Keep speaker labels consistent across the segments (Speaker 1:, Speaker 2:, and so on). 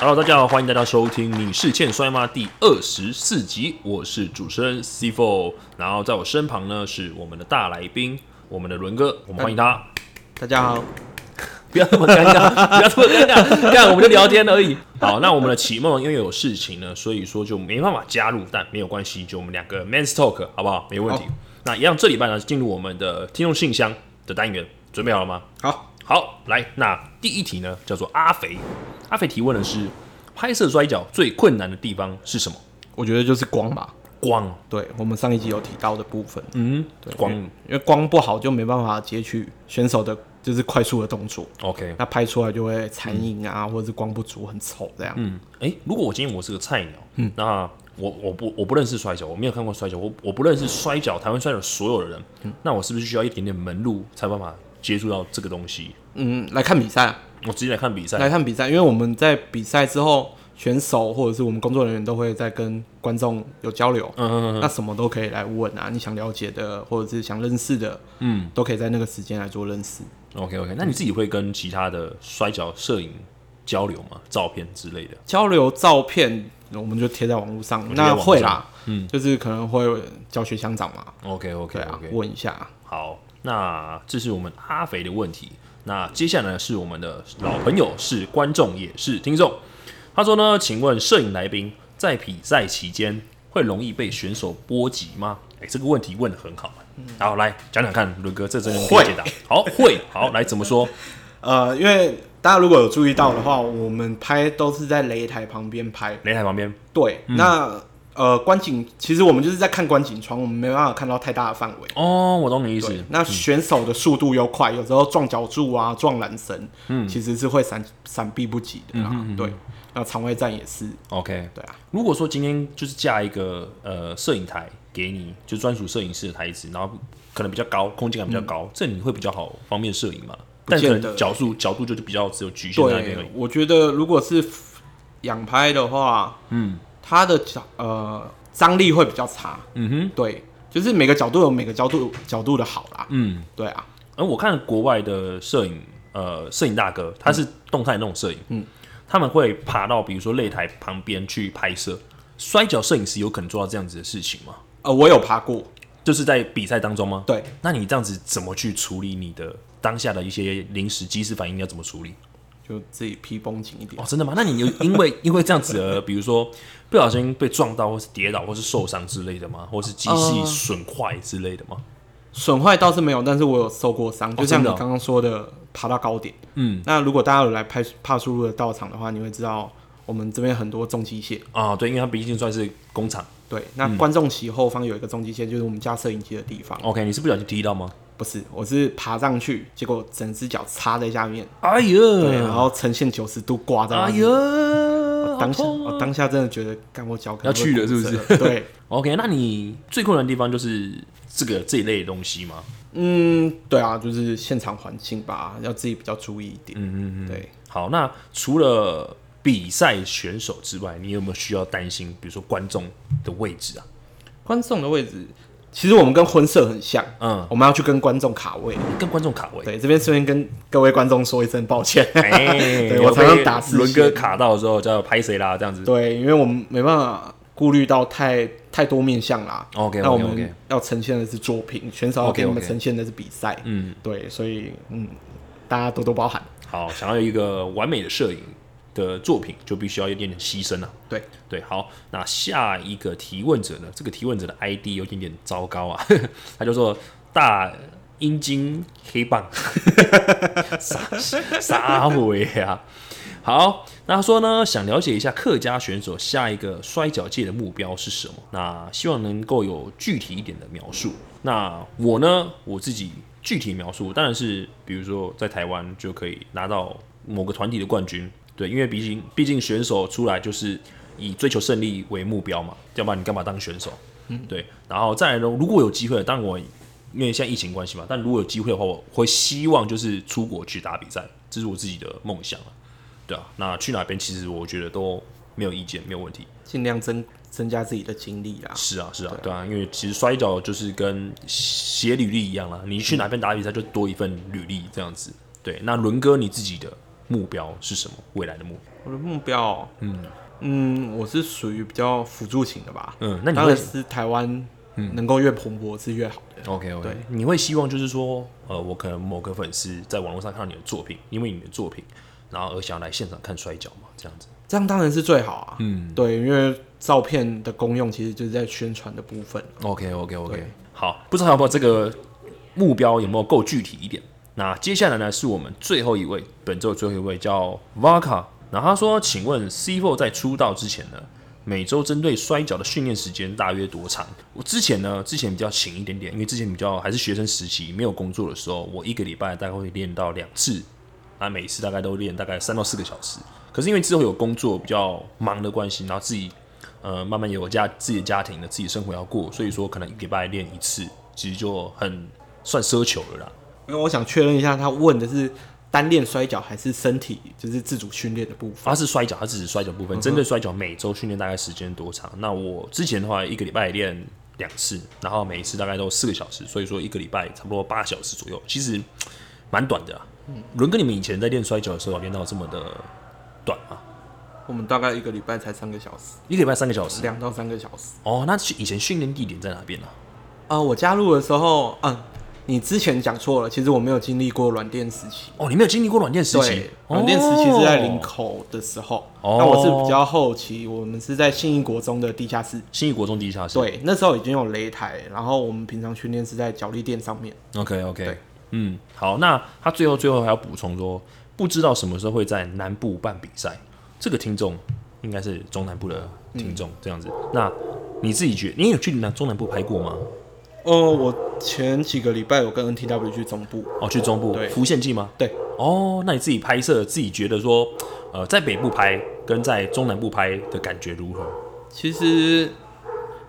Speaker 1: Hello，大家好，欢迎大家收听《你是欠摔吗》第二十四集，我是主持人 C Four，然后在我身旁呢是我们的大来宾，我们的伦哥，我们欢迎他。
Speaker 2: 大家好，
Speaker 1: 不要这么尴尬，不要这么尴尬，干我们就聊天而已。好，那我们的启梦因为有事情呢，所以说就没办法加入，但没有关系，就我们两个 man's talk 好不好？没问题
Speaker 2: 好。
Speaker 1: 那一样，这礼拜呢进入我们的听众信箱的单元，准备好了吗？
Speaker 2: 好，
Speaker 1: 好，来，那第一题呢，叫做阿肥。阿肥提问的是，拍摄摔跤最困难的地方是什么？
Speaker 2: 我觉得就是光吧，
Speaker 1: 光，
Speaker 2: 对我们上一集有提到的部分，
Speaker 1: 嗯，
Speaker 2: 因为
Speaker 1: 光。
Speaker 2: 因为光不好就没办法截取选手的，就是快速的动作，
Speaker 1: OK，
Speaker 2: 那拍出来就会残影啊，或者是光不足，很丑这样。
Speaker 1: 嗯，哎、如果我今天我是个菜鸟，嗯，那我我不我不认识摔跤，我没有看过摔跤，我我不认识摔跤台湾摔跤所有的人，
Speaker 2: 嗯
Speaker 1: 那我是不是需要一点点门路才有办法接触到这个东西？
Speaker 2: 嗯，来看比赛啊，
Speaker 1: 我直接来看比赛
Speaker 2: 来看比赛，因为我们在比赛之后，选手或者是我们工作人员都会在跟观众有交流，嗯，那什么都可以来问啊，你想了解的或者是想认识的，嗯，都可以在那个时间来做认识。
Speaker 1: ，OK OK，那你自己会跟其他的摔跤摄影交流吗？照片之类的？
Speaker 2: 交流照片，我们就贴在网络上
Speaker 1: 我。觉得
Speaker 2: 那
Speaker 1: 网
Speaker 2: 会
Speaker 1: 上
Speaker 2: 啦，嗯，就是可能会教学乡长嘛，
Speaker 1: OK OK
Speaker 2: 对啊
Speaker 1: OK，、
Speaker 2: 问一下。
Speaker 1: 好，那这是我们阿肥的问题。那接下来呢是我们的老朋友，是观众也是听众。他说呢，请问摄影来宾在比赛期间会容易被选手波及吗？哎、这个问题问的很好。好，来讲讲看，伦哥，这真的可以解答。好，会，好，来怎么说？
Speaker 2: 呃，因为大家如果有注意到的话，我们拍都是在擂台旁边拍。
Speaker 1: 擂台旁边，
Speaker 2: 对，那呃观景，其实我们就是在看观景窗，我们没办法看到太大的范围。
Speaker 1: 哦，我懂你意思。
Speaker 2: 那选手的速度又快，有时候撞脚柱啊、撞缆绳，嗯，其实是会闪闪避不及的啦。对，那场外战也是，
Speaker 1: OK，
Speaker 2: 对啊，
Speaker 1: 如果说今天就是架一个呃摄影台给你，就专属摄影师的台子，然后可能比较高，空间感比较高，这你会比较好方便摄影嘛？
Speaker 2: 嗯不
Speaker 1: 但
Speaker 2: 见
Speaker 1: 可
Speaker 2: 得
Speaker 1: 能角度角度就是比较只有局限在那边而
Speaker 2: 对
Speaker 1: 已，。
Speaker 2: 我觉得如果是仰拍的话，
Speaker 1: 嗯，
Speaker 2: 它的角呃张力会比较差。
Speaker 1: 嗯哼，
Speaker 2: 对，就是每个角度有每个角度角度的好啦。
Speaker 1: 嗯。
Speaker 2: 对啊，
Speaker 1: 而我看国外的摄影，呃，摄影大哥他是动态那种摄影，嗯，他们会爬到比如说擂台旁边去拍摄。摔跤摄影师有可能做到这样子的事情吗？
Speaker 2: 呃，我有爬过，
Speaker 1: 就是在比赛当中吗？
Speaker 2: 对，
Speaker 1: 那你这样子怎么去处理你的当下的一些临时即时反应？要怎么处理？
Speaker 2: 就自己皮绷紧一点
Speaker 1: 哦，。真的吗？那你有因为因为这样子而，比如说不小心被撞到，或是跌倒，或是受伤之类的吗？或是机器损坏之类的吗？
Speaker 2: 损坏倒是没有，但是我有受过伤，就像
Speaker 1: 真
Speaker 2: 你
Speaker 1: 的哦
Speaker 2: 刚刚说的，爬到高点。
Speaker 1: 嗯，
Speaker 2: 那如果大家有来拍帕苏路的道场的话，你会知道我们这边很多重机械。
Speaker 1: 啊，对，因为它毕竟算是工厂。
Speaker 2: 对，
Speaker 1: 嗯
Speaker 2: 那观众席后方有一个重机械，就是我们架摄影机的地方。
Speaker 1: OK，你是不小心踢到吗？
Speaker 2: 不是，我是爬上去，结果整只脚插在下面，
Speaker 1: 哎
Speaker 2: 对，然
Speaker 1: 呀，
Speaker 2: 后呈现九十度挂在那
Speaker 1: 哎
Speaker 2: 里。
Speaker 1: 呀，好
Speaker 2: 当下
Speaker 1: 痛啊
Speaker 2: 我当下真的觉得，干我脚可能
Speaker 1: 要去了
Speaker 2: 会骨折
Speaker 1: 是不
Speaker 2: 对，
Speaker 1: ！OK，那你最困难的地方就是这个这一类的东西吗？
Speaker 2: 嗯，对啊，就是现场环境吧，要自己比较注意一点。嗯嗯嗯，对，
Speaker 1: 好，那除了比赛选手之外，你有没有需要担心，比如说观众的位置啊？
Speaker 2: 观众的位置，其实我们跟婚摄很像，
Speaker 1: 嗯，
Speaker 2: 我们要去跟观众卡位。
Speaker 1: 跟观众卡位。
Speaker 2: 对，这边顺便跟各位观众说一声抱歉。
Speaker 1: 哎，
Speaker 2: 对我常常打
Speaker 1: 被
Speaker 2: 视
Speaker 1: 伦
Speaker 2: 线
Speaker 1: 哥卡到的时候叫拍谁啦，这样子。
Speaker 2: 对，因为我们没办法顾虑到太太多面向啦。
Speaker 1: OK，OK，OK
Speaker 2: 那我们要呈现的是作品，选手要给我们
Speaker 1: OK，OK
Speaker 2: 呈现的是比赛。
Speaker 1: 嗯，
Speaker 2: 对，所以嗯，大家多多包涵。
Speaker 1: 好，想要有一个完美的摄影的作品，就必须要有一点点牺牲啊。
Speaker 2: 对，
Speaker 1: 对，好，那下一个提问者呢？这个提问者的 ID 有点点糟糕啊， 他就说大阴茎黑棒， 傻傻回啊。好，那他说呢，想了解一下客家选手下一个摔跤界的目标是什么？那希望能够有具体一点的描述。那我呢，我自己具体描述当然是，比如说在台湾就可以拿到某个团体的冠军，对，因为毕竟毕竟选手出来就是以追求胜利为目标嘛，要不然你干嘛当选手？嗯，对。然后再来呢，如果有机会，当然我因为现在疫情关系嘛，但如果有机会的话，我会希望就是出国去打比赛，这是我自己的梦想啊。对啊，那去哪边其实我觉得都没有意见，没有问题。
Speaker 2: 尽量增增加自己的精力啦。
Speaker 1: 是啊，是啊，对啊，因为其实摔跤就是跟写履历一样啦，你去哪边打比赛就多一份履历这样子。对，那伦哥你自己的目标是什么？未来的目标？
Speaker 2: 我的目标，嗯嗯，我是属于比较辅助型的吧。
Speaker 1: 嗯，那你
Speaker 2: 当然
Speaker 1: 会嗯
Speaker 2: 是台湾能够越蓬勃是越好的。
Speaker 1: OK OK，
Speaker 2: 对
Speaker 1: 你会希望就是说，呃，我可能某个粉丝在网络上看到你的作品，因为你的作品，然后而想要来现场看摔跤嘛，这样子。
Speaker 2: 这样当然是最好啊。
Speaker 1: 嗯
Speaker 2: 对，因为照片的功用其实就是在宣传的部分。
Speaker 1: ，OK OK OK，
Speaker 2: 对
Speaker 1: 好，不知道有没有这个目标有没有够具体一点？那接下来呢，是我们最后一位，本周的最后一位叫 Vaka，然后他说，请问 C Four 在出道之前呢，每周针对摔跤的训练时间大约多长？我之前呢，之前比较勤一点点，因为之前比较还是学生时期，没有工作的时候，我一个礼拜大概会练到两次啊，每次大概都练大概三到四个小时。可是因为之后有工作比较忙的关系，然后自己呃慢慢有家自己的家庭了，自己生活要过，所以说可能一个礼拜练一次，其实就很算奢求了啦。
Speaker 2: 因为我想确认一下，他问的是单练摔跤还是身体就是自主训练的部分？
Speaker 1: 它是摔跤，它只是摔跤部分，针对摔跤每周训练大概时间多长？那我之前的话，一个礼拜练两次，然后每一次大概都四个小时，所以说一个礼拜差不多八小时左右，其实蛮短的啦。伦哥，你们以前在练摔跤的时候，有练到这么的短吗？
Speaker 2: 我们大概一个礼拜才三个小时，
Speaker 1: 一个礼拜三个小时？
Speaker 2: 两到三个小时。
Speaker 1: 哦，那以前训练地点在哪边呢、
Speaker 2: 啊，我加入的时候，嗯，你之前讲错了，其实我没有经历过软垫时期。
Speaker 1: 哦，你没有经历过软件时期
Speaker 2: 对，，软垫时期是在林口的时候，
Speaker 1: 哦
Speaker 2: 那我是比较后期，我们是在信义国中的地下室。
Speaker 1: 新义国中地下室。
Speaker 2: 对，那时候已经有擂台，然后我们平常训练是在脚力垫上面。
Speaker 1: ，OK OK，
Speaker 2: 对
Speaker 1: 嗯，好，那他最后最后还要补充说，不知道什么时候会在南部办比赛，这个听众应该是中南部的听众、这样子。那你自己觉你有去南中南部拍过吗？
Speaker 2: 哦，我前几个礼拜有跟 NTW 去中部，
Speaker 1: 哦，去中部
Speaker 2: 对
Speaker 1: 浮现记吗？
Speaker 2: 对，
Speaker 1: 哦，那你自己拍摄，自己觉得说，呃，在北部拍跟在中南部拍的感觉如何？
Speaker 2: 其实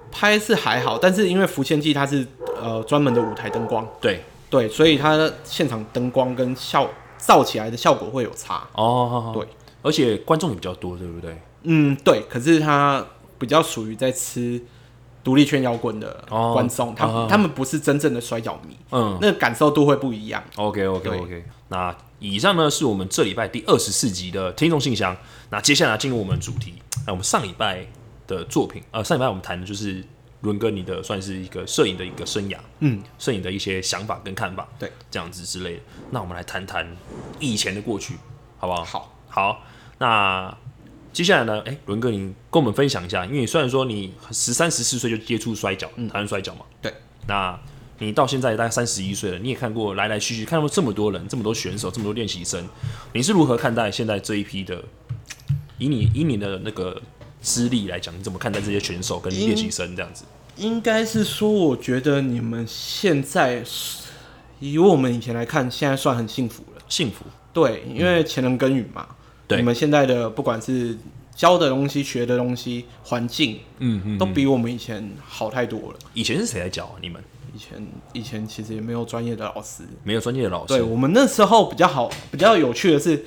Speaker 2: 拍是还好，但是因为浮现记它是呃专门的舞台灯光，
Speaker 1: 对，
Speaker 2: 对，所以它现场灯光跟效照起来的效果会有差。
Speaker 1: 哦，好好
Speaker 2: 对，
Speaker 1: 而且观众也比较多，对不对？
Speaker 2: 嗯，对，可是它比较属于在吃独立圈摇滚的
Speaker 1: 哦
Speaker 2: 观众，他、
Speaker 1: 哦
Speaker 2: 他们不是真正的摔跤迷，
Speaker 1: 嗯，
Speaker 2: 那个感受度会不一样。
Speaker 1: OK OK
Speaker 2: 对
Speaker 1: OK，那以上呢是我们这礼拜第二十四集的听众信箱。那接下来进入我们主题，哎那我们上礼拜的作品，呃，上礼拜我们谈的就是伦哥你的算是一个摄影的一个生涯，
Speaker 2: 嗯，
Speaker 1: 摄影的一些想法跟看法，
Speaker 2: 对，
Speaker 1: 这样子之类的。那我们来谈谈以前的过去，好不好？
Speaker 2: 好，
Speaker 1: 好，那接下来呢？哎、伦哥，你跟我们分享一下，因为你虽然说你十三、十四岁就接触摔跤，
Speaker 2: 嗯
Speaker 1: 台湾摔跤嘛，
Speaker 2: 对。
Speaker 1: 那你到现在大概三十一岁了，你也看过来来去去，看过这么多人、这么多选手、这么多练习生，你是如何看待现在这一批的？以你以你的那个资历来讲，你怎么看待这些选手跟练习生这样子？
Speaker 2: 应该是说，我觉得你们现在是以我们以前来看，现在算很幸福了。
Speaker 1: 幸福，
Speaker 2: 对，因为前人耕耘嘛，
Speaker 1: 对
Speaker 2: 你们现在的不管是教的东西、学的东西、环境，
Speaker 1: 嗯嗯。
Speaker 2: 都比我们以前好太多了。
Speaker 1: 以前是谁在教、啊？你们
Speaker 2: 以前以前其实也没有专业的老师，
Speaker 1: 没有专业的老
Speaker 2: 对
Speaker 1: 师，
Speaker 2: 我们那时候比较好、比较有趣的是，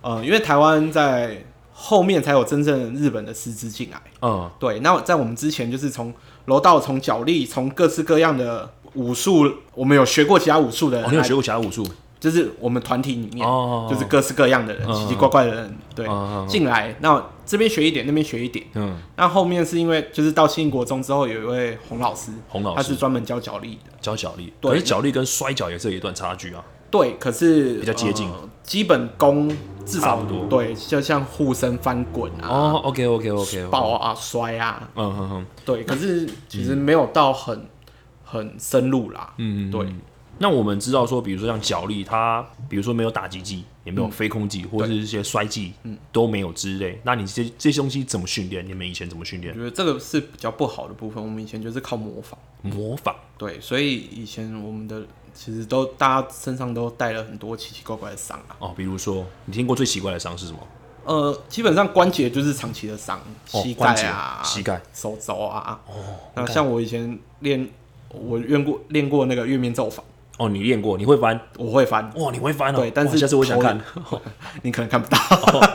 Speaker 2: 呃，因为台湾在后面才有真正日本的师资进来。
Speaker 1: 嗯，
Speaker 2: 对，那在我们之前就是从柔道、从脚力、从各式各样的武术，我们有学过其他武术的
Speaker 1: 哦，
Speaker 2: 人
Speaker 1: 你
Speaker 2: 来，
Speaker 1: 有学过其他武术？
Speaker 2: 就是我们团体里面、
Speaker 1: 哦
Speaker 2: 就是各式各样的人，
Speaker 1: 嗯
Speaker 2: 奇奇怪怪的人，对，
Speaker 1: 嗯嗯
Speaker 2: 进来，那这边学一点，那边学一点。
Speaker 1: 嗯，
Speaker 2: 那后面是因为就是到新国中之后，有一位洪老师，
Speaker 1: 洪老师
Speaker 2: 他是专门教脚力的，
Speaker 1: 教脚力，
Speaker 2: 对
Speaker 1: 可是脚力跟摔脚也是有一段差距啊。
Speaker 2: 对，可是
Speaker 1: 比较接近
Speaker 2: 呃基本功至
Speaker 1: 差
Speaker 2: 少
Speaker 1: 不多
Speaker 2: 对，就像护身、翻滚啊、
Speaker 1: 哦，OK OK OK，
Speaker 2: 抱啊、摔啊，
Speaker 1: 嗯哼哼，
Speaker 2: 对，可
Speaker 1: 嗯
Speaker 2: 是其实没有到很、很深入啦。
Speaker 1: 嗯，
Speaker 2: 对，
Speaker 1: 那我们知道说，比如说像脚力，它比如说没有打击技，也没
Speaker 2: 嗯
Speaker 1: 有飞空技，或者是一些摔技，都没有之类。那你这这些东西怎么训练？你们以前怎么训
Speaker 2: 我
Speaker 1: 练？
Speaker 2: 觉得这个是比较不好的部分。我们以前就是靠模仿，
Speaker 1: 模仿
Speaker 2: 对，所以以前我们的其实都大家身上都带了很多奇奇怪怪的伤啊。
Speaker 1: 哦，比如说你听过最奇怪的伤是什么？
Speaker 2: 呃，基本上关节就是长期的伤，
Speaker 1: 哦
Speaker 2: 膝
Speaker 1: 关
Speaker 2: 盖
Speaker 1: 节
Speaker 2: 啊、
Speaker 1: 膝盖、
Speaker 2: 手肘啊。
Speaker 1: 哦
Speaker 2: 那像我以前练，我练过练过那个月面咒法，
Speaker 1: 哦，你练过，你会翻
Speaker 2: 我会翻，
Speaker 1: 哇？你会翻哦？
Speaker 2: 对，但
Speaker 1: 哇
Speaker 2: 是
Speaker 1: 下次我想
Speaker 2: 头
Speaker 1: 看
Speaker 2: 你可能看不到，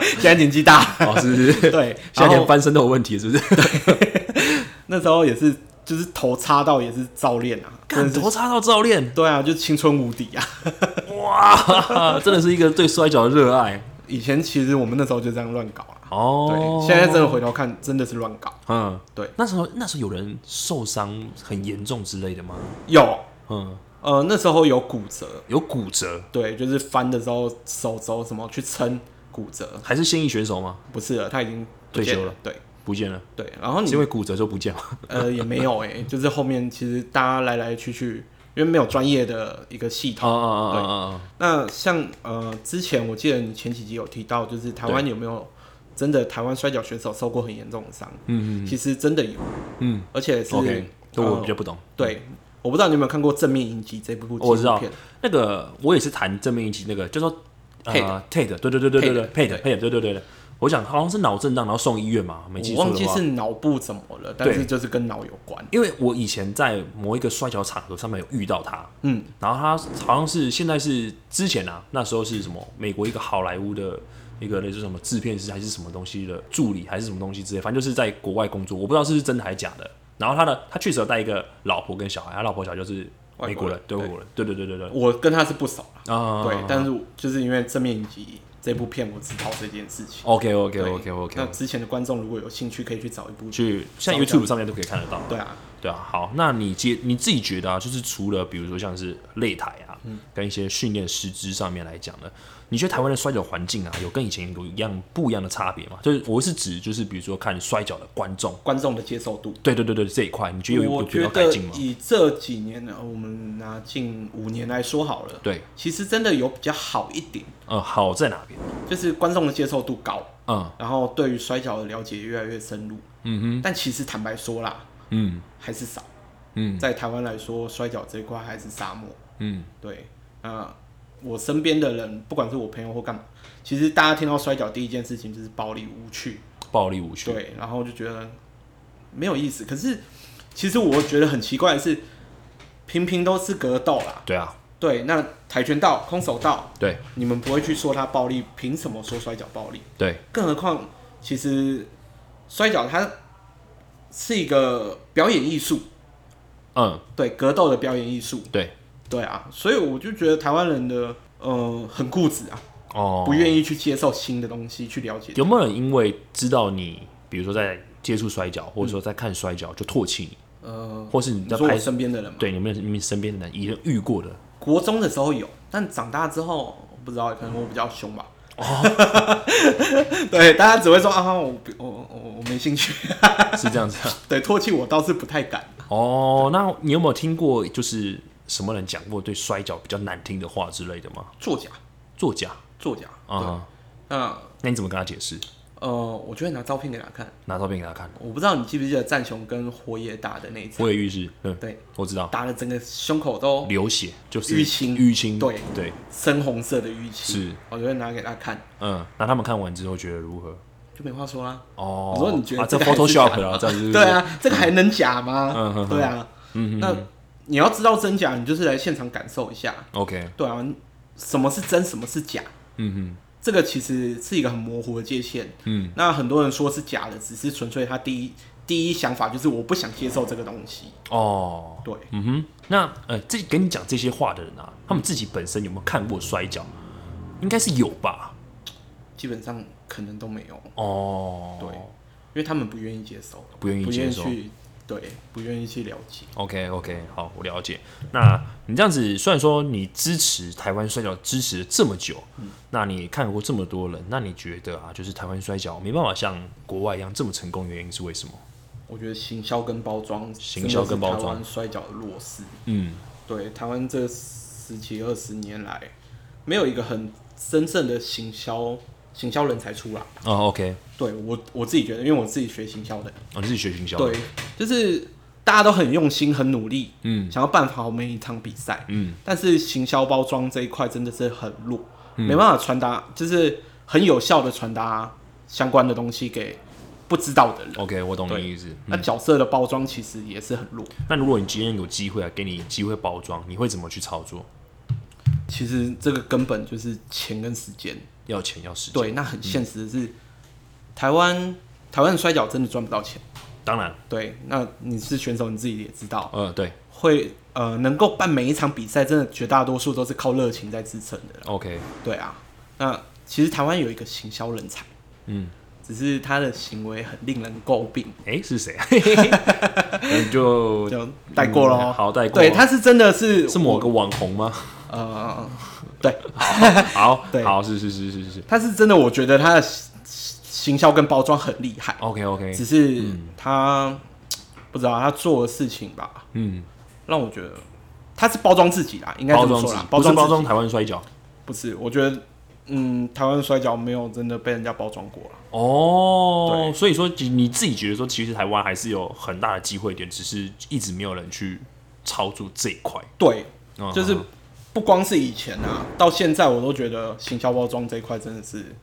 Speaker 2: 现在年纪大。
Speaker 1: 哦，是是是，
Speaker 2: 对，
Speaker 1: 现在
Speaker 2: 然
Speaker 1: 连
Speaker 2: 后
Speaker 1: 翻身都有问题，是不是？
Speaker 2: 那时候也是，就是头插到也是照练啊，真
Speaker 1: 干
Speaker 2: 的是
Speaker 1: 头插到照练，
Speaker 2: 对啊，就青春无敌啊。
Speaker 1: 哇，真的是一个对摔跤的热爱。
Speaker 2: 以前其实我们那时候就这样乱搞了。
Speaker 1: 哦
Speaker 2: 对，，现在真的回头看，真的是乱搞。
Speaker 1: 嗯，
Speaker 2: 对，
Speaker 1: 那时候那时候有人受伤很严重之类的吗？
Speaker 2: 有，
Speaker 1: 嗯，
Speaker 2: 呃，那时候有骨折，
Speaker 1: 有骨折，
Speaker 2: 对，就是翻的时候手肘什么去撑骨折，
Speaker 1: 还是现役选手吗？
Speaker 2: 不是了，他已经不
Speaker 1: 退
Speaker 2: 见
Speaker 1: 休
Speaker 2: 了，对
Speaker 1: 不见了，
Speaker 2: 对。然后
Speaker 1: 是
Speaker 2: 你
Speaker 1: 因为骨折就不见了。
Speaker 2: 呃也没有哎、就是后面其实大家来来去去，因为没有专业的一个系
Speaker 1: 啊
Speaker 2: 统。
Speaker 1: 啊啊啊啊！
Speaker 2: 那像呃之前我记得你前几集有提到，就是台湾有没有真的台湾摔跤选手受过很严重的伤？
Speaker 1: 嗯
Speaker 2: 其实真的有，
Speaker 1: 嗯
Speaker 2: 而且是
Speaker 1: ，OK，这我
Speaker 2: 呃
Speaker 1: 比较不懂。
Speaker 2: 对，我不知道你有没有看过《正面迎击》这部纪
Speaker 1: 哦我知
Speaker 2: 录
Speaker 1: 道
Speaker 2: 片。
Speaker 1: 那个，我也是谈正面一起那个，就说呃 Ted，对对对对对对
Speaker 2: Ted，
Speaker 1: ，Ted Ted，对对对对，我想好像是脑震荡，然后送医院嘛，没记
Speaker 2: 我
Speaker 1: 错
Speaker 2: 忘记
Speaker 1: 的话
Speaker 2: 是。脑部怎么了，但
Speaker 1: 对
Speaker 2: 是就是跟脑有关。
Speaker 1: 因为我以前在某一个摔跤场合上面有遇到他，
Speaker 2: 嗯，
Speaker 1: 然后他好像是现在是之前啊，那时候是什么美国一个好莱坞的一个类似什么制片师还是什么东西的助理还是什么东西之类，反正就是在国外工作，我不知道是不是真的还假的。然后他的他确实有带一个老婆跟小孩，他老婆小孩就是美国人
Speaker 2: 外，
Speaker 1: 对
Speaker 2: 国人
Speaker 1: 外国人，对对对对对，
Speaker 2: 我跟他是不熟啦，
Speaker 1: 啊，
Speaker 2: 对，但是我就是因为《正面迎击》这部片，我知道这件事情。
Speaker 1: OK OK
Speaker 2: 对
Speaker 1: OK
Speaker 2: 那
Speaker 1: OK，
Speaker 2: 之前的观众如果有兴趣，可以去找一部。
Speaker 1: 去像 YouTube 上面都可以看得到，
Speaker 2: 对啊，
Speaker 1: 对啊，好，那你接你自己觉得啊，就是除了比如说像是擂台啊，
Speaker 2: 嗯
Speaker 1: 跟一些训练师资上面来讲呢，你觉得台湾的摔跤环境啊，有跟以前有一样不一样的差别吗？就是我是指就是比如说看摔跤的观众，
Speaker 2: 观众的接受度，
Speaker 1: 对对对对这一块，你觉得有有
Speaker 2: 我
Speaker 1: 必要
Speaker 2: 觉
Speaker 1: 改
Speaker 2: 得
Speaker 1: 进吗？
Speaker 2: 以这几年呢，呃我们拿近五年来说好了，
Speaker 1: 对，
Speaker 2: 其实真的有比较好一点，
Speaker 1: 呃，好在哪边？
Speaker 2: 就是观众的接受度高，
Speaker 1: 嗯
Speaker 2: 然后对于摔跤的了解越来越深入。
Speaker 1: 嗯
Speaker 2: 但其实坦白说啦，
Speaker 1: 哼嗯
Speaker 2: 还是少。
Speaker 1: 嗯
Speaker 2: 在台湾来说，摔跤这一块还是沙漠。
Speaker 1: 嗯
Speaker 2: 对，那我身边的人，不管是我朋友或干嘛，其实大家听到摔跤第一件事情就是暴力无趣，
Speaker 1: 暴力无趣，
Speaker 2: 对，然后就觉得没有意思。可是其实我觉得很奇怪的是，平平都是格斗啦，
Speaker 1: 对啊，
Speaker 2: 对，那跆拳道、空手道，
Speaker 1: 对
Speaker 2: 你们不会去说它暴力，凭什么说摔跤暴力？
Speaker 1: 对，
Speaker 2: 更何况，其实摔跤它是一个表演艺术，
Speaker 1: 嗯
Speaker 2: 对，格斗的表演艺术，
Speaker 1: 对，
Speaker 2: 对啊，所以我就觉得台湾人的呃很固执啊，
Speaker 1: 哦，
Speaker 2: 不愿意去接受新的东西，去了解。
Speaker 1: 有没有人因为知道你，比如说在接触摔跤，或者说在看摔跤，就唾弃你，
Speaker 2: 呃，
Speaker 1: 或是你
Speaker 2: 你
Speaker 1: 在
Speaker 2: 说
Speaker 1: 拍
Speaker 2: 我身边的人嘛，
Speaker 1: 对，有没有你们身边的人已经遇 过的？
Speaker 2: 国中的时候有，但长大之后不知道，可能我比较凶吧。哦， 对，大家只会说啊，我不我我我没兴趣。
Speaker 1: 是这样子、啊？
Speaker 2: 对，唾弃我倒是不太敢。
Speaker 1: 哦，那你有没有听过就是什么人讲过对摔跤比较难听的话之类的吗？
Speaker 2: 作假，
Speaker 1: 作假
Speaker 2: 作假。
Speaker 1: 啊、
Speaker 2: 对，那
Speaker 1: 那你怎么跟他解释？
Speaker 2: 呃，我就会拿照片给他看。
Speaker 1: 拿照片给他看，
Speaker 2: 我不知道你记不记得战雄跟火野打的那一次，
Speaker 1: 我也遇是，嗯，
Speaker 2: 对，
Speaker 1: 我知道，
Speaker 2: 打的整个胸口都
Speaker 1: 流血就是
Speaker 2: 淤青
Speaker 1: 淤青，
Speaker 2: 对
Speaker 1: 对，
Speaker 2: 深红色的淤青，
Speaker 1: 是，
Speaker 2: 我就会拿给他看，
Speaker 1: 嗯，那他们看完之后觉得如何？
Speaker 2: 就没话说啦。
Speaker 1: 哦，
Speaker 2: 我说你觉得
Speaker 1: 啊，这
Speaker 2: 个还是
Speaker 1: Photoshop
Speaker 2: 假的
Speaker 1: 了，
Speaker 2: 吗
Speaker 1: 这样子，
Speaker 2: 对，啊，这个还能假吗？
Speaker 1: 嗯哼哼
Speaker 2: 对啊，那你要知道真假，你就是来现场感受一下。
Speaker 1: ，OK，
Speaker 2: 对啊，什么是真，什么是假？
Speaker 1: 嗯
Speaker 2: 这个其实是一个很模糊的界限。
Speaker 1: 嗯，
Speaker 2: 那很多人说是假的，只是纯粹他第一第一想法就是我不想接受这个东西。
Speaker 1: 哼，哦，
Speaker 2: 对，
Speaker 1: 嗯哼，那呃，这跟你讲这些话的人啊，他们自己本身有没有看过摔跤？应该是有吧。
Speaker 2: 基本上可能都没有，
Speaker 1: 哦，
Speaker 2: 对，因为他们不愿意接受，
Speaker 1: 不愿意
Speaker 2: 不
Speaker 1: 接
Speaker 2: 愿意
Speaker 1: 受
Speaker 2: 去，对，不愿意去了解。
Speaker 1: ，OK OK，好，我了解。那你这样子，虽然说你支持台湾摔跤支持了这么久，
Speaker 2: 嗯
Speaker 1: 那你也看过这么多人，那你觉得啊，就是台湾摔跤没办法像国外一样这么成功，原因是为什么？
Speaker 2: 我觉得行销跟包装，
Speaker 1: 行销跟包装
Speaker 2: 真的是台湾摔跤的弱势。
Speaker 1: 嗯
Speaker 2: 对，台湾这十几二十年来，没有一个很真正的行销行销人才出来。
Speaker 1: 哦，OK，
Speaker 2: 对我我自己觉得，因为我自己学行销的，
Speaker 1: 哦，你自己学行销，
Speaker 2: 对，，就是大家都很用心、很努力，
Speaker 1: 嗯
Speaker 2: 想要办好每一场比赛，
Speaker 1: 嗯
Speaker 2: 但是行销包装这一块真的是很弱，没办法传达，就是很有效的传达相关的东西给不知道的人。
Speaker 1: ，OK，我懂你
Speaker 2: 对
Speaker 1: 意思。嗯
Speaker 2: 那角色的包装其实也是很弱。
Speaker 1: 那如果你今天有机会啊，给你机会包装，你会怎么去操作？
Speaker 2: 其实这个根本就是钱跟时间。
Speaker 1: 要钱要时间，
Speaker 2: 对，那很现实的是，台湾台湾的摔跤真的赚不到钱。
Speaker 1: 当然，
Speaker 2: 对，那你是选手，你自己也知道，
Speaker 1: 呃，对
Speaker 2: 会呃能够办每一场比赛，真的绝大多数都是靠热情在支撑的啦。
Speaker 1: ，OK，
Speaker 2: 对啊，那其实台湾有一个行销人才，
Speaker 1: 嗯，
Speaker 2: 只是他的行为很令人诟病，
Speaker 1: 哎、是 谁啊？ 那你就
Speaker 2: 就带过喽、
Speaker 1: 嗯好带过咯
Speaker 2: 对，他是真的是
Speaker 1: 是某个网红 吗？
Speaker 2: 呃，对，
Speaker 1: 好，
Speaker 2: 对
Speaker 1: 好，是是是是是
Speaker 2: 他是真的，我觉得他的行行销跟包装很厉害，
Speaker 1: ，OK OK，
Speaker 2: 只是他不知道他做的事情吧，
Speaker 1: 嗯，
Speaker 2: 让我觉得他是包装自己啦，应该
Speaker 1: 包
Speaker 2: 这
Speaker 1: 装
Speaker 2: 么说
Speaker 1: 自己
Speaker 2: 啦，，
Speaker 1: 不
Speaker 2: 包
Speaker 1: 是
Speaker 2: 装
Speaker 1: 包
Speaker 2: 自己
Speaker 1: 装台湾摔跤
Speaker 2: 不是，我觉得嗯，台湾摔跤没有真的被人家包装过啦。
Speaker 1: 哦，所以说你你自己觉得说，其实台湾还是有很大的机会点，只是一直没有人去操作这一块，
Speaker 2: 对，
Speaker 1: 嗯
Speaker 2: 就是不光是以前啊，到现在我都觉得行销包装这一块真的是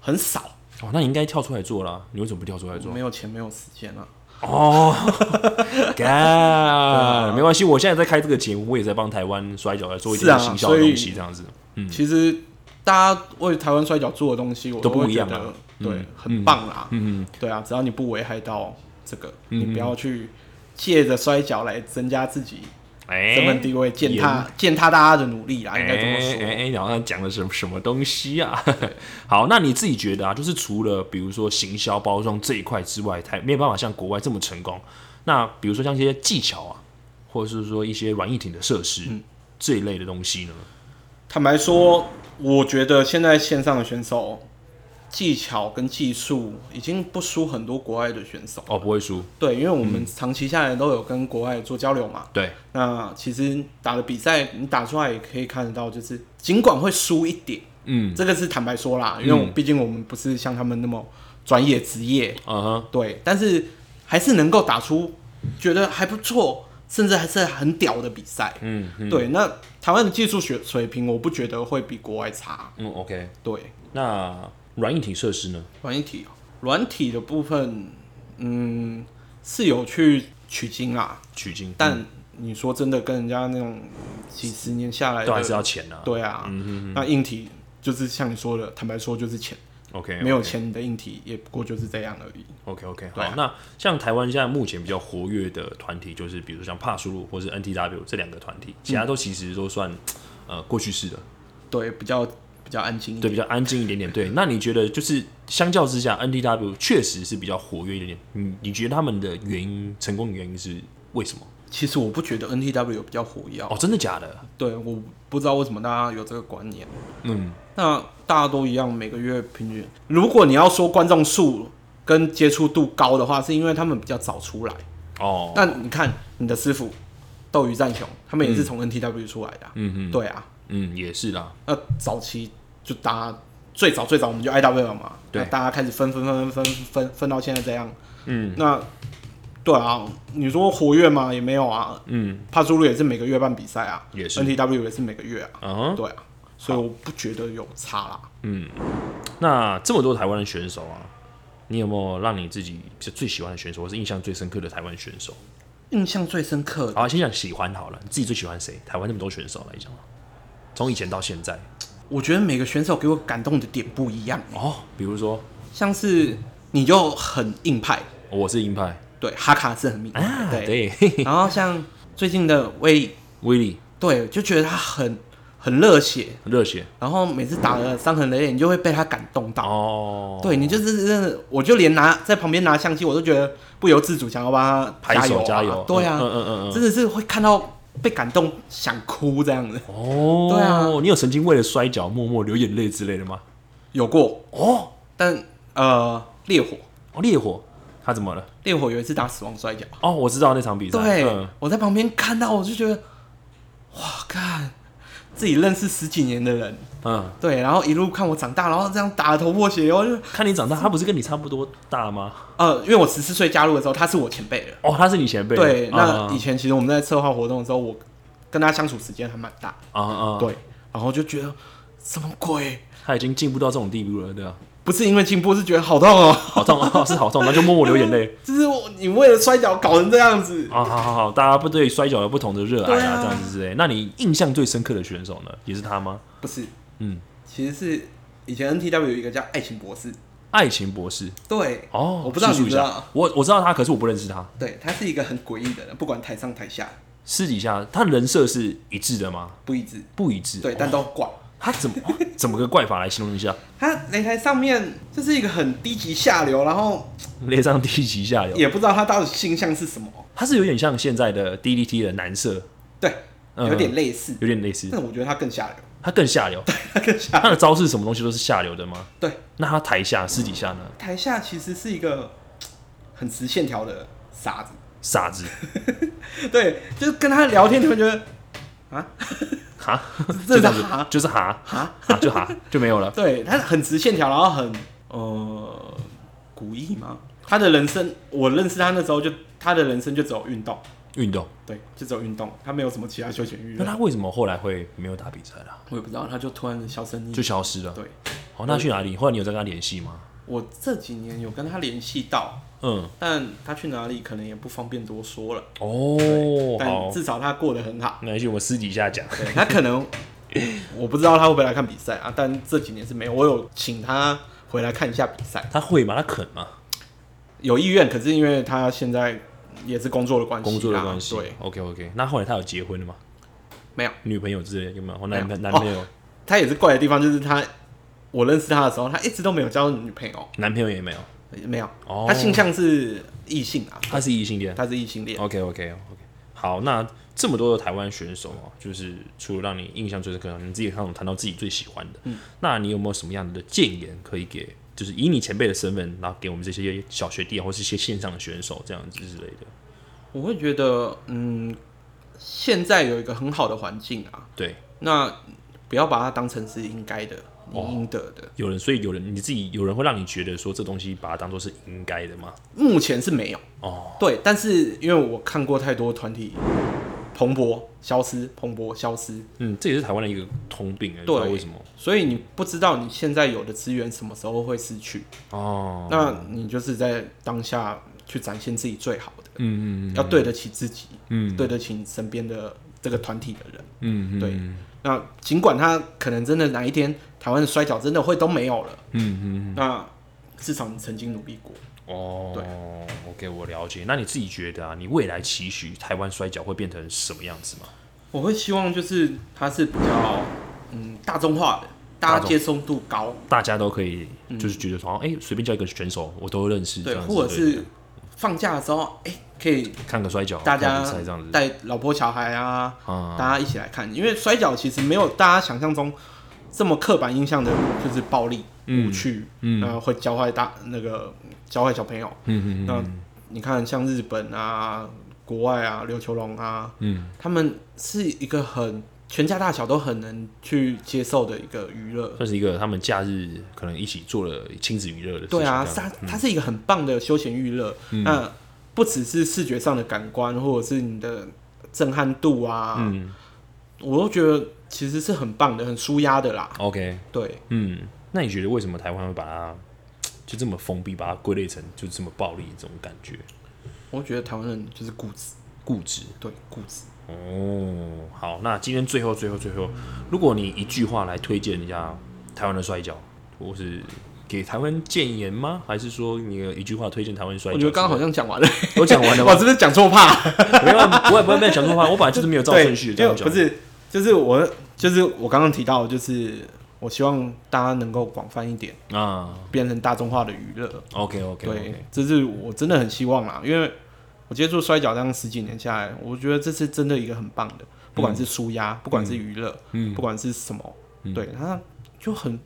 Speaker 2: 很少，
Speaker 1: 哦，那你应该跳出来做啦，你为什么不跳出来做？
Speaker 2: 没有钱，没有时间啊。
Speaker 1: 哦 ，God，没关系，我现在在开这个节目，我也在帮台湾摔跤来做一
Speaker 2: 啊是
Speaker 1: 点
Speaker 2: 啊
Speaker 1: 行销的
Speaker 2: 所以
Speaker 1: 东西，这样子。
Speaker 2: 其实大家为台湾摔跤做的东西，我
Speaker 1: 嗯都不
Speaker 2: 会
Speaker 1: 一
Speaker 2: 觉
Speaker 1: 样
Speaker 2: 得
Speaker 1: 啊
Speaker 2: 对、
Speaker 1: 嗯
Speaker 2: 很棒啦。
Speaker 1: 嗯，
Speaker 2: 对啊，只要你不危害到这个，你不要去借着摔跤来增加自己
Speaker 1: 哎，
Speaker 2: 身份地位，践踏践踏大家的努力啦，应该这么
Speaker 1: 哎哎
Speaker 2: 说。
Speaker 1: 哎，然后他讲了什么什么东西啊？ 好，那你自己觉得啊，就是除了比如说行销包装这一块之外，台没有办法像国外这么成功。那比如说像一些技巧啊，或者是说一些软硬体的设施、
Speaker 2: 嗯
Speaker 1: 这一类的东西呢？
Speaker 2: 坦白说，我觉得现在线上的选手技巧跟技术已经不输很多国外的选手。
Speaker 1: 哦，不会输，
Speaker 2: 对，因为我
Speaker 1: 嗯
Speaker 2: 们长期下来都有跟国外做交流嘛。
Speaker 1: 对，
Speaker 2: 那其实打的比赛，你打出来也可以看得到，就是尽管会输一点，
Speaker 1: 嗯，
Speaker 2: 这个是坦白说啦，因为我毕竟我们不是像他们那么专业职业，
Speaker 1: 嗯哼，
Speaker 2: 对，但是还是能够打出觉得还不错，甚至还是很屌的比赛。
Speaker 1: 嗯嗯
Speaker 2: 对，那台湾的技术水水平，我不觉得会比国外差。
Speaker 1: 嗯，OK。
Speaker 2: 对，
Speaker 1: 那软硬体设施呢？
Speaker 2: 软硬体哦，软体的部分，嗯，是有去取经啦，
Speaker 1: 取经，嗯
Speaker 2: 但你说真的，跟人家那种几十年下来
Speaker 1: 都还是
Speaker 2: 的，
Speaker 1: 要钱啊。
Speaker 2: 呃对啊，那硬体就是像你说的，坦白说就是钱，
Speaker 1: OK，
Speaker 2: 没有钱你的硬体也不过就是这样而已。
Speaker 1: OK OK，好，
Speaker 2: 对啊
Speaker 1: 那像台湾现在目前比较活跃的团体，就是比如像帕苏鲁或是 NTW 这两个团体，其他都其实都
Speaker 2: 嗯
Speaker 1: 算呃过去式的，
Speaker 2: 对，比较比较安静一
Speaker 1: 对，
Speaker 2: 点。
Speaker 1: 比较安静一点点。
Speaker 2: 嗯
Speaker 1: 对，那你觉得就是相较之下，NTW 确实是比较活跃一点点，你你觉得他们的原因成功的原因是为什么？
Speaker 2: 其实我不觉得 NTW 有比较火药，
Speaker 1: 哦，真的假的？
Speaker 2: 对，我不知道为什么大家有这个观念。
Speaker 1: 嗯，
Speaker 2: 那大家都一样，每个月平均。如果你要说观众数跟接触度高的话，是因为他们比较早出来。
Speaker 1: 哦，
Speaker 2: 那你看你的师傅斗鱼战雄，他们也是从 NTW 出来的、
Speaker 1: 嗯嗯
Speaker 2: 对啊，
Speaker 1: 嗯，也是啦，
Speaker 2: 那早期就大家最早最早我们就 IW 嘛，
Speaker 1: 对
Speaker 2: 那大家开始分分分分分分分到现在这样。
Speaker 1: 嗯
Speaker 2: 那对啊，你说活跃吗？也没有啊。
Speaker 1: 嗯
Speaker 2: 帕苏鲁也是每个月办比赛啊，
Speaker 1: 也是
Speaker 2: NTW 也是每个月啊，
Speaker 1: 啊哈。
Speaker 2: 对啊，所以我不觉得有差啦。
Speaker 1: 那这么多台湾的选手啊，你有没有让你自己最最喜欢的选手，或是印象最深刻的台湾选手？
Speaker 2: 印象最深刻的
Speaker 1: 好，先讲喜欢好了，你自己最喜欢谁？台湾那么多选手来讲，从以前到现在，
Speaker 2: 我觉得每个选手给我感动的点不一样，欸
Speaker 1: 哦，比如说
Speaker 2: 像是你就很硬派，
Speaker 1: 我是鹰派
Speaker 2: 对，哈卡是很硬派，
Speaker 1: 啊，
Speaker 2: 对。
Speaker 1: 对， 嘿嘿
Speaker 2: 然后像最近的威利，
Speaker 1: 威力
Speaker 2: 对，就觉得他很很热血，
Speaker 1: 热血
Speaker 2: 然后每次打的伤痕累累，你就会被他感动到。
Speaker 1: 哦，
Speaker 2: 对你就是真的，我就连拿在旁边拿相机，我都觉得不由自主想要帮他
Speaker 1: 拍手
Speaker 2: 油、
Speaker 1: 加
Speaker 2: 加
Speaker 1: 油，
Speaker 2: 对啊，
Speaker 1: 嗯嗯嗯嗯，
Speaker 2: 真的是会看到被感动想哭这样子，
Speaker 1: 哦，
Speaker 2: 对啊
Speaker 1: 你有曾经为了摔跤默默流眼泪之类的吗？
Speaker 2: 有过。
Speaker 1: 哦，
Speaker 2: 但呃，烈火，
Speaker 1: 哦烈火他怎么了？
Speaker 2: 烈火有一次打死亡摔跤，
Speaker 1: 哦，我知道那场比赛，
Speaker 2: 对，
Speaker 1: 嗯
Speaker 2: 我在旁边看到，我就觉得，哇，看自己认识十几年的人，
Speaker 1: 嗯，
Speaker 2: 对，然后一路看我长大，然后这样打得头破血流，就
Speaker 1: 看你长大，他不是跟你差不多大吗？
Speaker 2: 呃，因为我十四岁加入的时候，他是我前辈了，
Speaker 1: 哦，他是你前辈，
Speaker 2: 对，
Speaker 1: 啊
Speaker 2: 那以前其实我们在策划活动的时候，我跟他相处时间还蛮大，
Speaker 1: 啊啊，啊，
Speaker 2: 对，然后就觉得什么鬼，
Speaker 1: 他已经进步到这种地步了，对啊，
Speaker 2: 不是因为进步，是觉得好痛哦，
Speaker 1: 好痛啊，是好痛，那就默默流眼泪。
Speaker 2: 就是我你为了摔跤搞成这样子，
Speaker 1: 啊，好好好，大家不对摔跤有不同的热爱
Speaker 2: 对
Speaker 1: 啊，
Speaker 2: 啊
Speaker 1: 这样子之类。那你印象最深刻的选手呢，也是他吗？
Speaker 2: 不是，
Speaker 1: 嗯，
Speaker 2: 其实是以前 NTW 有一个叫爱情博士，
Speaker 1: 爱情博士。
Speaker 2: 对，
Speaker 1: 哦，
Speaker 2: 我不知道
Speaker 1: 叙述
Speaker 2: 你
Speaker 1: 一
Speaker 2: 知道
Speaker 1: 下。，我我知道他，可是我不认识他。
Speaker 2: 对他是一个很诡异的人，不管台上台下
Speaker 1: 私底下，他人设是一致的吗？
Speaker 2: 不一致，
Speaker 1: 不一致。
Speaker 2: 对，但
Speaker 1: 哦
Speaker 2: 都怪，
Speaker 1: 他怎么哦怎么个怪法来形容一下？
Speaker 2: 他擂台上面就是一个很低级下流，然后
Speaker 1: 列上低级下流，
Speaker 2: 也不知道他到底性向是什么，
Speaker 1: 他是有点像现在的 DDT 的男色，
Speaker 2: 对，
Speaker 1: 嗯
Speaker 2: 有点类似，
Speaker 1: 有点类似，
Speaker 2: 但我觉得他更下流，
Speaker 1: 他更下流，
Speaker 2: 他更下
Speaker 1: 他的招式什么东西都是下流的吗？
Speaker 2: 对。
Speaker 1: 那他台下私底下呢？
Speaker 2: 台下其实是一个很直线条的傻子，
Speaker 1: 傻子
Speaker 2: 对，就是跟他聊天，你会觉得
Speaker 1: 哈，
Speaker 2: 这
Speaker 1: 就这
Speaker 2: 是
Speaker 1: 样子
Speaker 2: 哈，
Speaker 1: 就是哈
Speaker 2: 哈，
Speaker 1: 哈就哈就没有了。
Speaker 2: 对他很直线条，然后很呃古意吗？他的人生，我认识他那时候就他的人生就只有运动，
Speaker 1: 运动，
Speaker 2: 对，就只有运动，他没有什么其他休闲娱
Speaker 1: 那
Speaker 2: 乐。
Speaker 1: 他为什么后来会没有打比赛啦？
Speaker 2: 我也不知道，他就突然销声匿
Speaker 1: 就
Speaker 2: 迹。
Speaker 1: 消失了。
Speaker 2: 对，
Speaker 1: 好，那他去哪里？后来你有再跟他联系吗？
Speaker 2: 我这几年有跟他联系到，
Speaker 1: 嗯，
Speaker 2: 但他去哪里可能也不方便多说了。
Speaker 1: 哦，
Speaker 2: 但
Speaker 1: 好，
Speaker 2: 至少他过得很好。
Speaker 1: 没关系，我们私底下讲。
Speaker 2: 对他可能我不知道他会不会来看比赛啊，但这几年是没有。我有请他回来看一下比赛，
Speaker 1: 他会吗？他肯吗？
Speaker 2: 有意愿，可是因为他现在也是工作的关系啦，
Speaker 1: 工作的关系。
Speaker 2: 对，
Speaker 1: ，OK OK。那后来他有结婚了吗？
Speaker 2: 没有。
Speaker 1: 女朋友之类有没有？或
Speaker 2: 没有
Speaker 1: 男朋男
Speaker 2: 哦
Speaker 1: 朋友、
Speaker 2: 他也是怪的地方，就是他我认识他的时候，他一直都没有交女朋友，
Speaker 1: 男朋友也没有，
Speaker 2: 没有。
Speaker 1: 哦
Speaker 2: 他性向是异性啊，
Speaker 1: 他是异性恋。
Speaker 2: 他是异性恋。
Speaker 1: OK OK OK。好，那这么多的台湾选手哦，就是除了让你印象最深刻，你自己刚刚有谈到自己最喜欢的，那你有没有什么样的建言可以给？就是以你前辈的身份，然后给我们这些小学弟啊或是一些线上的选手这样子之类的。
Speaker 2: 我会觉得，嗯，现在有一个很好的环境啊，
Speaker 1: 对，
Speaker 2: 那不要把它当成是应该的、你
Speaker 1: 哦
Speaker 2: 应得的。
Speaker 1: 有人，所以有人你自己有人会让你觉得说这东西把它当做是应该的吗？
Speaker 2: 目前是没有
Speaker 1: 哦，
Speaker 2: 对，但是因为我看过太多团体蓬勃消失、蓬勃消失，
Speaker 1: 嗯，这也是台湾的一个通病，哎不知道
Speaker 2: 对
Speaker 1: 为什么
Speaker 2: 所以你不知道你现在有的资源什么时候会失去，
Speaker 1: 哦，
Speaker 2: 那你就是在当下去展现自己最好的，
Speaker 1: 嗯嗯
Speaker 2: 要对得起自己，
Speaker 1: 嗯
Speaker 2: 对得起你身边的这个团体的人。
Speaker 1: 嗯嗯，
Speaker 2: 对，那尽管他可能真的哪一天台湾的摔跤真的会都没有了，
Speaker 1: 嗯嗯
Speaker 2: 那至少你曾经努力过。
Speaker 1: 哦，对，OK，我了解。那你自己觉得啊，你未来期许台湾摔跤会变成什么样子吗？
Speaker 2: 我会希望就是它是比较嗯大众化的，大
Speaker 1: 大
Speaker 2: 家
Speaker 1: 众
Speaker 2: 接受度高，
Speaker 1: 大家都可以，就是觉得说，哎、随便叫一个选手我都认识，这
Speaker 2: 嗯对，
Speaker 1: 样子
Speaker 2: 或者
Speaker 1: 对
Speaker 2: 是放假的时候，哎、可以
Speaker 1: 看个摔跤，
Speaker 2: 大
Speaker 1: 哦看
Speaker 2: 家
Speaker 1: 个比赛这样子，
Speaker 2: 带老婆小孩啊，
Speaker 1: 啊
Speaker 2: 大家一起来看，因为摔跤其实没有大家想象中这么刻板印象的，就是暴力、无趣，嗯，呃，会教坏大那个教坏小朋友。
Speaker 1: 嗯嗯
Speaker 2: 那你看，像日本啊、国外啊、琉球龙啊，
Speaker 1: 嗯，
Speaker 2: 他们是一个很全家大小都很能去接受的一个娱乐。
Speaker 1: 算是一个他们假日可能一起做了亲子娱乐的事情，
Speaker 2: 对啊，
Speaker 1: 这样嗯
Speaker 2: 它它是一个很棒的休闲娱乐。那不只是视觉上的感官，或者是你的震撼度啊，
Speaker 1: 嗯
Speaker 2: 我都觉得其实是很棒的，很舒压的啦。
Speaker 1: ，OK，
Speaker 2: 对，
Speaker 1: 嗯，那你觉得为什么台湾会把它就这么封闭，把它归类成就这么暴力这种感觉？
Speaker 2: 我觉得台湾人就是固执，
Speaker 1: 固执
Speaker 2: 对，固执。
Speaker 1: 哦，好，那今天最后最后最后，如果你一句话来推荐一下台湾的摔跤，或是给台湾建言吗？还是说你有一句话推荐台湾摔跤之
Speaker 2: 我觉
Speaker 1: 类的？
Speaker 2: 得刚刚好像讲完了，
Speaker 1: 都讲 完了
Speaker 2: 我
Speaker 1: 吗？
Speaker 2: 是不是讲错怕？
Speaker 1: 没有，不会不会被讲错话，我本来就是没有照
Speaker 2: 对，
Speaker 1: 顺序这
Speaker 2: 因为
Speaker 1: 样讲。
Speaker 2: 不，是，就是我，就是我刚刚提到，就是我希望大家能够广泛一点，
Speaker 1: 啊
Speaker 2: 变成大众化的娱乐。
Speaker 1: ，OK OK
Speaker 2: 对
Speaker 1: OK，，
Speaker 2: 这是我真的很希望啦，因为我接触摔跤这样十几年下来，我觉得这是真的一个很棒的，不管是舒压，不管是娱乐，
Speaker 1: 嗯
Speaker 2: 不管是什么，对它就很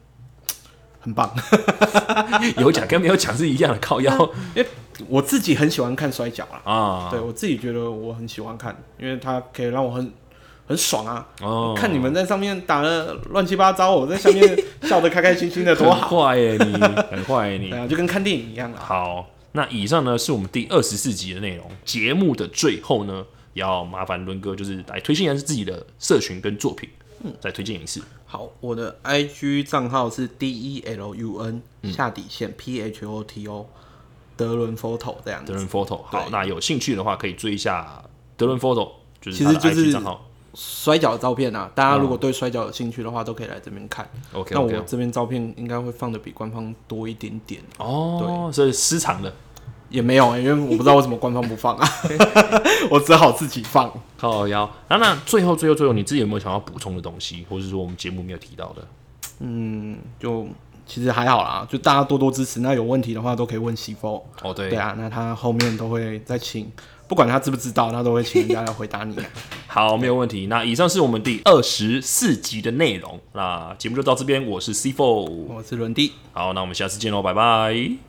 Speaker 2: 很棒。
Speaker 1: 有讲跟没有讲是一样的，靠 腰
Speaker 2: 我自己很喜欢看摔跤啦，
Speaker 1: 啊，
Speaker 2: 对我自己觉得我很喜欢看，因为它可以让我很很爽啊。
Speaker 1: 哦，
Speaker 2: 看你们在上面打的乱七八糟，我在下面笑得开开心心的，多
Speaker 1: 很
Speaker 2: 好！
Speaker 1: 坏耶， 你很坏耶，你
Speaker 2: 对。啊，就跟看电影一样啦。
Speaker 1: 好，那以上呢是我们第二十四集的内容。节目的最后呢，也要麻烦伦哥就是来推荐一下自己的社群跟作品，再推荐一次。
Speaker 2: 好，我的 IG 账号是 D E L U N、下
Speaker 1: 嗯
Speaker 2: 底线 P H O T O 德伦 photo 这样
Speaker 1: 德
Speaker 2: 子，
Speaker 1: 伦 photo，好
Speaker 2: 对，
Speaker 1: 那有兴趣的话可以追一下德伦 photo，就是
Speaker 2: 其
Speaker 1: 他
Speaker 2: 实
Speaker 1: 的
Speaker 2: 就是
Speaker 1: IG 账号。
Speaker 2: 摔跤的照片啊，大家如果对摔跤有兴趣的话，都可以来这边看。
Speaker 1: OK
Speaker 2: 那我
Speaker 1: OK，
Speaker 2: 这边照片应该会放的比官方多一点点，
Speaker 1: 哦，所以私藏的
Speaker 2: 也没有、欸，因为我不知道为什么官方不放啊， 我只好自己放。
Speaker 1: 靠腰。那那最后最后最后，你自己有没有想要补充的东西，或者说我们节目没有提到的？
Speaker 2: 嗯，就其实还好啦，就大家多多支持。那有问题的话都可以问媳妇。
Speaker 1: 哦，对
Speaker 2: 对啊，那他后面都会再请，不管他知不知道，他都会请人家来回答你、 啊。
Speaker 1: 好，没有问题。那以上是我们第二十四集的内容，那节目就到这边。我是 C Four，
Speaker 2: 我是伦弟。
Speaker 1: 好，那我们下次见喽，拜拜。